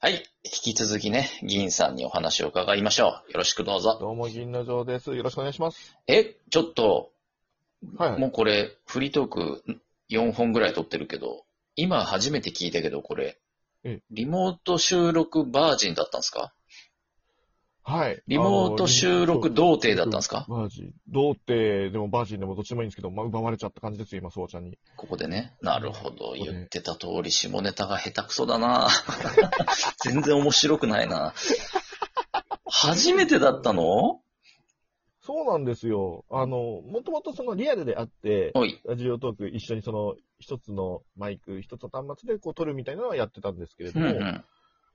はい。引き続きね、議員さんにお話を伺いましょう。よろしくどうぞ。どうも、銀の城です。よろしくお願いします。え、ちょっと、はい、はい。もうこれ、フリートーク4本ぐらい撮ってるけど、今初めて聞いたけど、これうん、リモート収録バージンだったんですかはい。リモート収録童貞だったんですかあのバージン。童貞でもバージンでもどっちでもいいんですけど、まあ、奪われちゃった感じですよ、今、そうちゃんに。ここでね。なるほど。うんここで言ってた通り、下ネタが下手くそだな 全然面白くないな初めてだったのそうなんですよ。あの、もともとそのリアルであって、おい。ラジオトーク一緒にその、一つのマイク、一つの端末でこう撮るみたいなのはやってたんですけれうどんも、うん。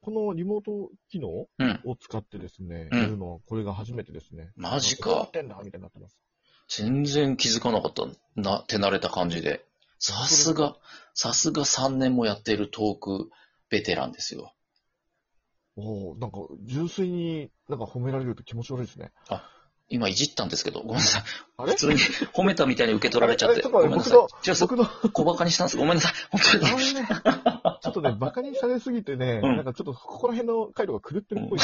このリモート機能をうん。使ってですね、うんやるのはこれが初めてですね。マジどうやかっ。てんだみたいになってます。全然気づかなかった。な、手慣れた感じで。さすが、さすが3年もやっているトークベテランですよ。おおなんか、純粋になんか褒められると気持ち悪いですね。今いじったんですけど、ごめんなさい。あれ普通に褒めたみたいに受け取られちゃっあて。ちょっごとめんなさい。違う、そ僕の、小馬鹿にしたんです。ごめんなさい。本当あのに。ね、 ちょっとね、馬鹿にされすぎてね、うんなんかちょっとここら辺の回路が狂ってるっぽい。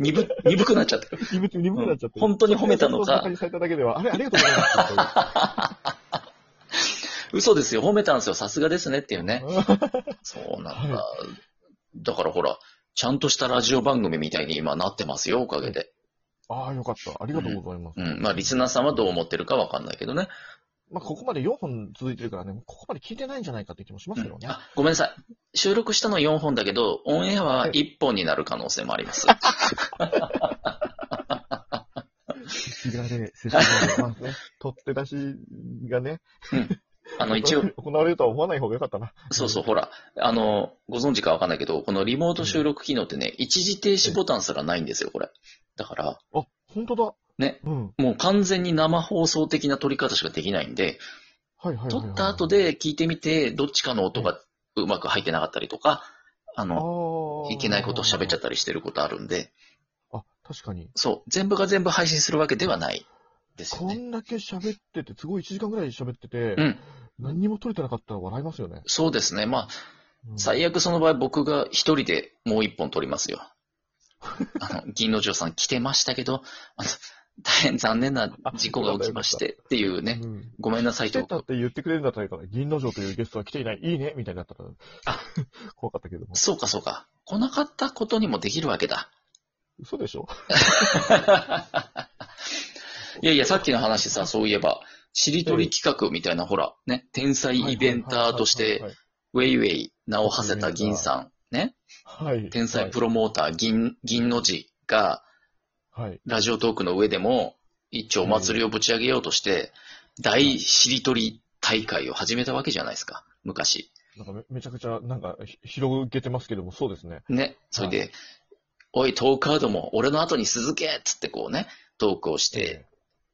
鈍、鈍くなっちゃってる。鈍く鈍くなっちゃってる。本当に褒めたの馬鹿か、にされただけでは、あれ、ありがとうございま嘘ですよ、褒めたんですよ、さすがですねっていうね。す っていう。そうなんだ。だからほら、ちゃんとしたラジオ番組みたいに今なってますよ、おかげで。ああ、よかった。ありがとうございます。うん。まあ、リスナーさんはどう思ってるかわかんないけどね。まあ、ここまで4本続いてるからね、ここまで聞いてないんじゃないかって気もしますけどね。あ、ごめんなさい。収録したの4本だけど、オンエアは1本になる可能性もあります。せちがれ、せち がれますね。取って出しがね、あの、一応、行われるとは思わない方がよかったな。そうそう、ほら、あの、ご存知かわかんないけど、このリモート収録機能ってね、一時停止ボタンすらないんですよ、これ。だから、あ、本当だ。ね。うん。もう完全に生放送的な撮り方しかできないんで、はいはいはい、はい。撮った後、で聞いてみて、どっちかの音がうまく入ってなかったりとか、あの、ああ。。いけないことを喋っちゃったたりしてることあるんで、あ、確かに。そう、全部が全部配信するわけではないですよこね。んだけ喋ってて、すごい1時間ぐらい喋ってて、うん何にも取れてなかったら笑いますよね。そうですね。まあ、うん最悪その場合僕が一人でもう一本撮り ますよ。あの、銀の城さん来てましたけど、あの、大変残念な事故が起きましてっていうね、うんごめんなさい来てと。たって言ってくれるんだったらいいから、銀の城というゲストは来ていない、いいねみたいになったらあ、 怖かったけども。そうかそうか。来なかったことにもできるわけ だ。嘘でしょいやいや、さっきの話さ、そういえば、しりとり企画みたいな、ほら、ね、天才イベンターとしはて、いウェイウェイ名を馳せた銀さん、ね、はいはいはい。はい天才プロモーター銀、銀の字が、はい。ラジオトークの上でも、一丁お祭りをぶち上げようとして、大しりとり大会を始めたわけじゃないですか、昔。なんかめめちゃくちゃ、なんか、ひ広げてますけども、そうですね。ね。それで、おい、トークアウトも、俺の後に続けっつってこうね、トークをして、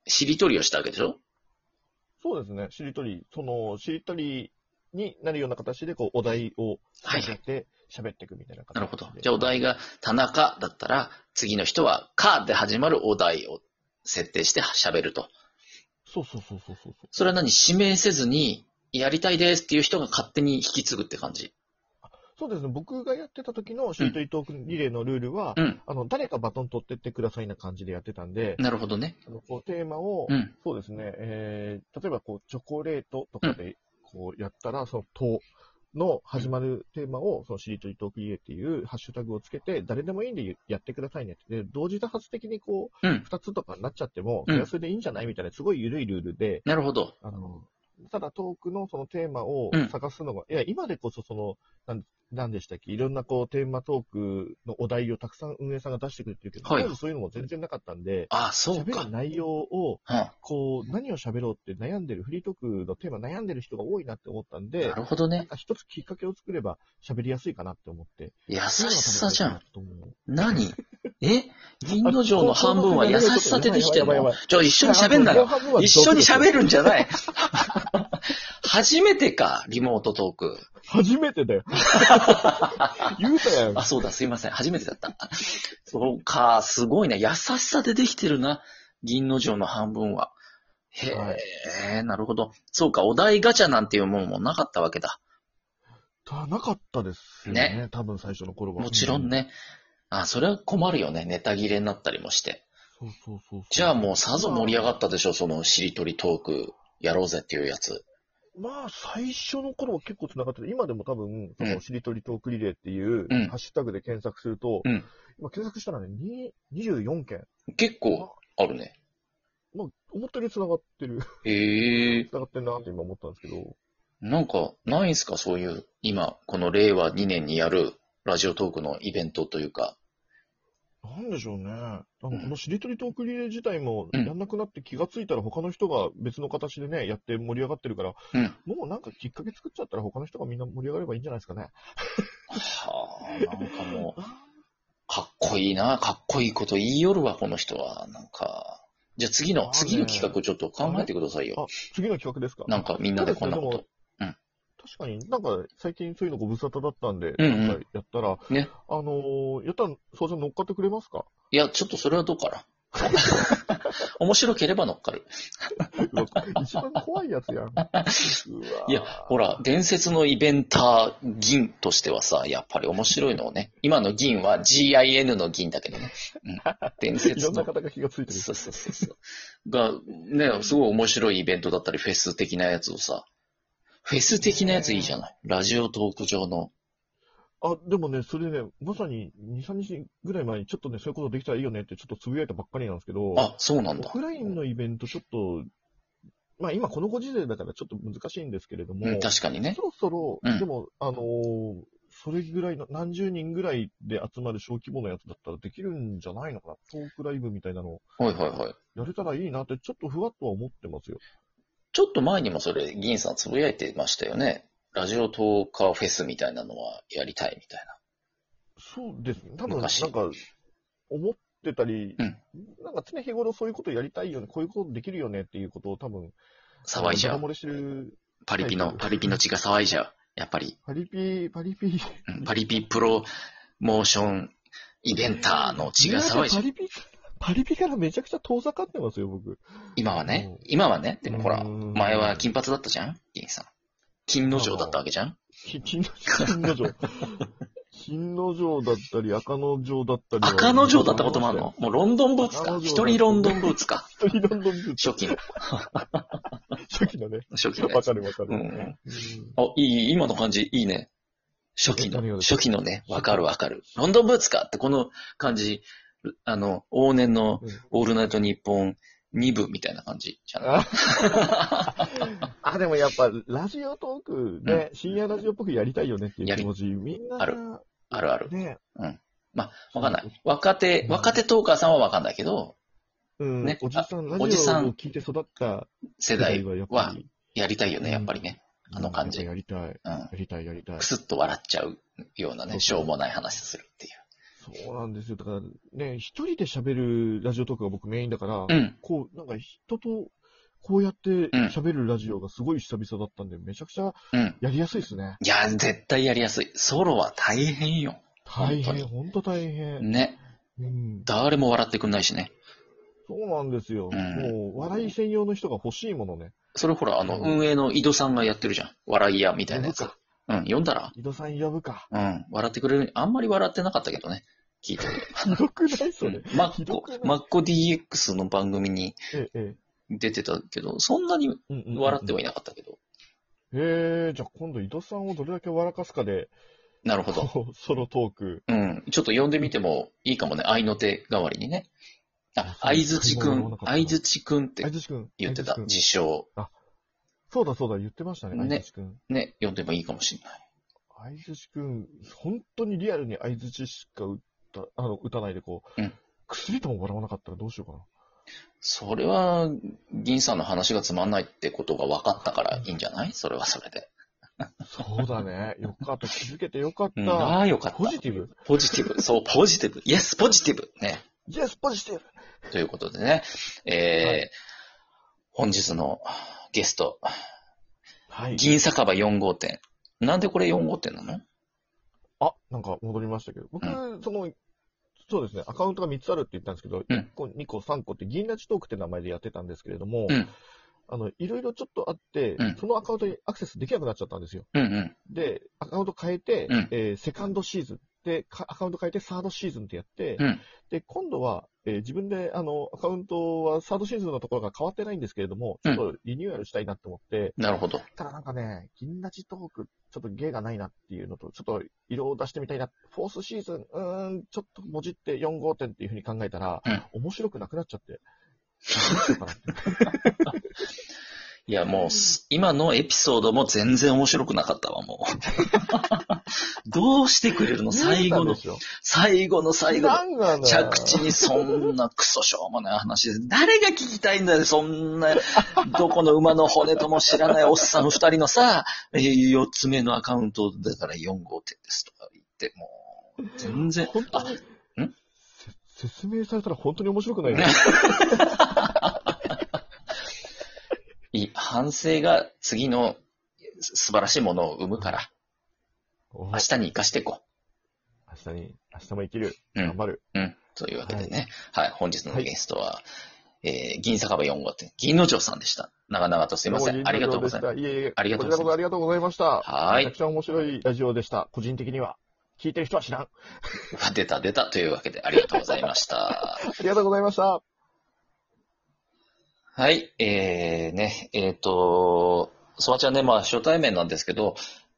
えしりとりをしたわけでしょそうですね。しりとり、その、しりとりになるような形で、こう、お題をはい立てて、喋っていくみたいな形で。なるほど。じゃあお題が、田中だったら、次の人は、かで始まるお題を設定して喋ると。そうそうそうそうそうそう。それは何指名せずに、やりたいですっていう人が勝手に引き継ぐって感じ。そうですね、僕がやってた時のしりとりトークリレーのルールは、うん。あの誰かバトン取ってってくださいな感じでやってたんで、なるほどね。あのこうテーマを、うん。そうですね、えー例えばこうチョコレートとかでこうやったら、そのとの始まるテーマを、そのしりとりトークリレーっていうハッシュタグをつけて、誰でもいいんでやってくださいねって、で同時多発的にこう、うん2つとかになっちゃっても、うんそれはそれでいいんじゃないみたいな、すごい緩いルールで、なるほど。あの、ただトークのそのテーマをうん探すのが、いや、今でこそその、なん、なんでしたっけ、いろんなこうテーマトークのお題をたくさん運営さんが出してくれてるけど、はい当時そういうのも全然なかったんで、ああ、そう喋かる。内容を、うこう、何を喋ろうって悩んでる、フリートークのテーマ悩んでる人が多いなって思ったんん。でな、るほどね。あ一つきっかけを作れば喋りやすいかなって思って。優しさじゃん。そういうのが何 え銀の城の半分は優しさでできてんやばいやばいのやばちょ、一緒に喋んな多分よ。後半分は一緒に喋るるんじゃ ない。 初めてか、リモートトーク。初めて だよ。言うたやん。あ、そうだ、すいません。初めてだった。そうか、すごいな。優しさでできてるな。銀の城の半分は。へえ、はなるほど。そうか、お題ガチャなんていうもんもなかったわけだ。さあ、なかったですよね。多分最初の頃は。もちろんね。あ、それは困るよね。ネタ切れになったりもして。うん。そうそうそうそうじゃあもうさぞ盛り上がったでしょ、そのしりとりトークやろうぜっていうやつ。まあ、最初の頃は結構繋がってて、今でも多分、そうんのしりとりトークリレーっていう、うんハッシュタグで検索すると、うん今検索したらね、に24件。結構あるね。まあ、思ったより繋がってる。へえ。繋がってんなって今思ったんですけど。なんか、ないんすかそういう、今、この令和2年にやるラジオトークのイベントというか。なんでしょうね。なんかこうんのしりとりトークリレー自体もうんやんなくなって気がついたら他の人が別の形でね、やって盛り上がってるから、うん。もうなんかきっかけ作っちゃったら他の人がみんな盛り上がればいいんじゃないですかね。はあ、なんかもう、かっこいいな、かっこいいこと言いよるわ、この人は。なんか。じゃあ次あの、ね次の企画ちょっと考えてくださいよ。次の企画ですかなんかみんなでこんなこそうとで。うんすね確かになんか最近そういうのご無沙汰だったんで、うんうんなんかやったら、ねあのー、やったら、そうじゃん乗っかってくれます かいや、ちょっとそれはどうかな。 面白ければ乗っかる。一番怖いやつやん。うわーいや、ほら、伝説のイベンター銀としてはさ、やっぱり面白いのをね。今の銀は GIN の銀だけどね。うん、伝い説ろんなの。方が気がついてる。そうそうそうそう。が、ね、すごい面白いイベントだったり、フェス的なやつをさ。フェス的なやついいじゃない。ラジオトーク上の。あ、でもね、それね、まさに2、3日ぐらい前に、ちょっとね、そういうことできたらいいよねって、ちょっとつぶやいたばっかりなんですけど、あ、そうなんオだ。フラインのイベント、ちょっと、まあ今このご時世だからちょっと難しいんですけれども、うん、確かにねそ。ろそろ、うんでも、あのーそれぐらいの、何十人ぐらいで集まる小規模のやつだったらできるんじゃないのかな、トークライブみたいなの、はいはいはい。やれたらいいなって、ちょっとふわっとは思ってますよ。ちょっと前にもそれ、銀さんつぶやいてましたよね。ラジオトーカーフェスみたいなのはやりたいみたいそうですね。多分、なん昔か、思ってたり、うんなんか常日頃そういうことやりたいよね、こういうことできるよねっていうことを多分、な。騒いじゃうダダ。漏れしてる、パリピの、パリピの血が騒いじゃう。やっぱり、パリピ、パリピ。うんパリピプロモーションイベンターの血が騒いじゃパう。リピ、パリピからめちゃくちゃ遠ざかってますよ、僕。今はねうん、今はね、でもほら、うん前は金髪だったじゃん銀さん。金の城だったわけじゃんき金の、金の城。金の城だったり、赤の城だったり。赤の城だったこともあるのもうロンドンブーツ赤か。の城一人ロンドンブーツか。一人ロンドンブーツ。初期の、 初期のね。初期のやわつ。かるわかる。うんうんあ、いい、今の感じ、いいね。初期え何の、がです初か期のね、わかるわかる。ロンドンブーツかって、この感じ、あの、往年のうんオールナイトニッポン2部みたいな感じじゃないああ、でもやっぱ、ラジオトークね、深夜ラジオっぽくやりたいよねっていう気持ち、みんな、あるあるある。ね、まあ、わかんない。若手、若手トーカーさんはわかんないけど、うん、ねおじさん、ラジオおじさんを聞いて育った世代はやっはぱり、やりたいよね、やっぱりね。あの感じやっぱやりたい、うん。やりたい、やりたいく。すっと笑っちゃうようなそね、うしょうもない話をするっていそうなんですよ。だから、ね、一人で喋るラジオトークが僕メインだから、う。うん。こう、なんか人と、こうやって喋るラジオがすごい久々だったんで、めちゃくちゃうん。やりやすいですね。いや、絶対やりやすい。ソロは大変よ。本当大変、にほんと大変。ね。うん。誰も笑ってくんないしね。そうなんですよ。うんもう、笑い専用の人が欲しいものね。それほら、あの、うん運営の井戸さんがやってるじゃん。笑い屋みたいなやつ呼ぶ。うん、読んだら井戸さん呼ぶか。 うん、笑ってくれる。あんまり笑ってなかったけどね。聞いてひどくない それる。。マひッどコくない、マッコ DX の番組にええ、え出てたけど、そんなにえ。うんうんうんうん笑ってはいなかったけど。へえ、じゃあ今度井戸さんをどれだけ笑かすかで、なるほど。 こうソロトーク。うん、ちょっと呼んでみてもいいかもね。合いの手代わりにね。あ、あそう相槌く今言わんな、かった相槌くんっあていつしくん。言ってたあい、つしくん自称。そうだそうだ、言ってましたね、あいねつしくん。ね、呼んでもいいかもしれない。相づちくん、本当にリアルに相づちしか打った、あの、打たないでこう、うん薬とも笑わなかったらどうしようかな。それは、銀さんの話がつまんないってことが分かったからいいんじゃないそれはそれで。そうだね。よかった。気づけてよかっうん、た。ああ、よかった。ポジティブ。ポジティ ブ。そう、ポジティブ。イエス、ポジティブ。ね。イエスポジティブということでね、えーはい本日のゲスト、はい。銀酒場4号店。なんでこれ4号店なのあ、なんか戻りましたけど。僕、うその、そうですね、アカウントが3つあるって言ったんですけど、うん1個、2個、3個って銀ラジトークって名前でやってたんですけれども、うんあの、いろいろちょっとあって、うんそのアカウントにアクセスできなくなっちゃったんですよ。うんうん。で、アカウント変えて、うんえーセカンドシーズン。で、かアカウント変えてサードシーズンってやって、うん。で、今度は、えー自分で、あの、アカウントはサードシーズンのところが変わってないんですけれども、ちうょんっとリニューアルしたいなと思って、なるほど。ただなんかね、銀ラジトーク、ちょっと芸がないなっていうのと、ちょっと色を出してみたいな、フォースシーズン、うーん、ちょっともじって4号点っていうふうに考えたら、面白くなくなっちゃって。いや、もうす、今のエピソードも全然面白くなかったわ、もう。 どうしてくれるの最後なんので、すよ最後の最後の。なんなの着地にそんなクソしょうもない話です。誰が聞きたいんだよ、そんな、どこの馬の骨とも知らないおっさん二人のさ、えー四つ目のアカウントだから4号店ですとか言って、もう、全然、本当あ、にんせ説明されたら本当に面白くないね。いい反省が次の素晴らしいものを生むから、お明日明に生かしていこ日に、明日も生きる。う。う頑ん。張る。うん。というわけでね、はい、本日のゲストは、えー銀酒場4号店、銀之丞さんでした。長々とすいません。ありがとうございます。す。いえいえ、ありがとうございますこちらこそありがとうございました。はいめちゃくちゃ面白いラジオでした。個人的には。聞いてる人は知ら ん。あ出た出たというわけでありがとうございました。りがとうございました。はい、えー、ね、えっ、と、ソワちゃんね、まあ初対面なんですけど、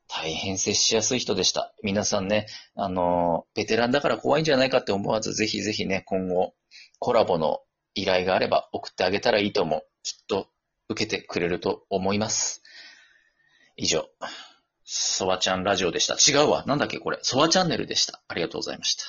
大変接しやすい人でした。皆さんね、あの、ベテランだから怖いんじゃないかって思わず、ぜひぜひね、今後、コラボの依頼があれば送ってあげたらいいと思う。きっと受けてくれると思います。以上、ソワちゃんラジオでした。違うわ。なんだっけこれ。ソワチャンネルでした。ありがとうございました。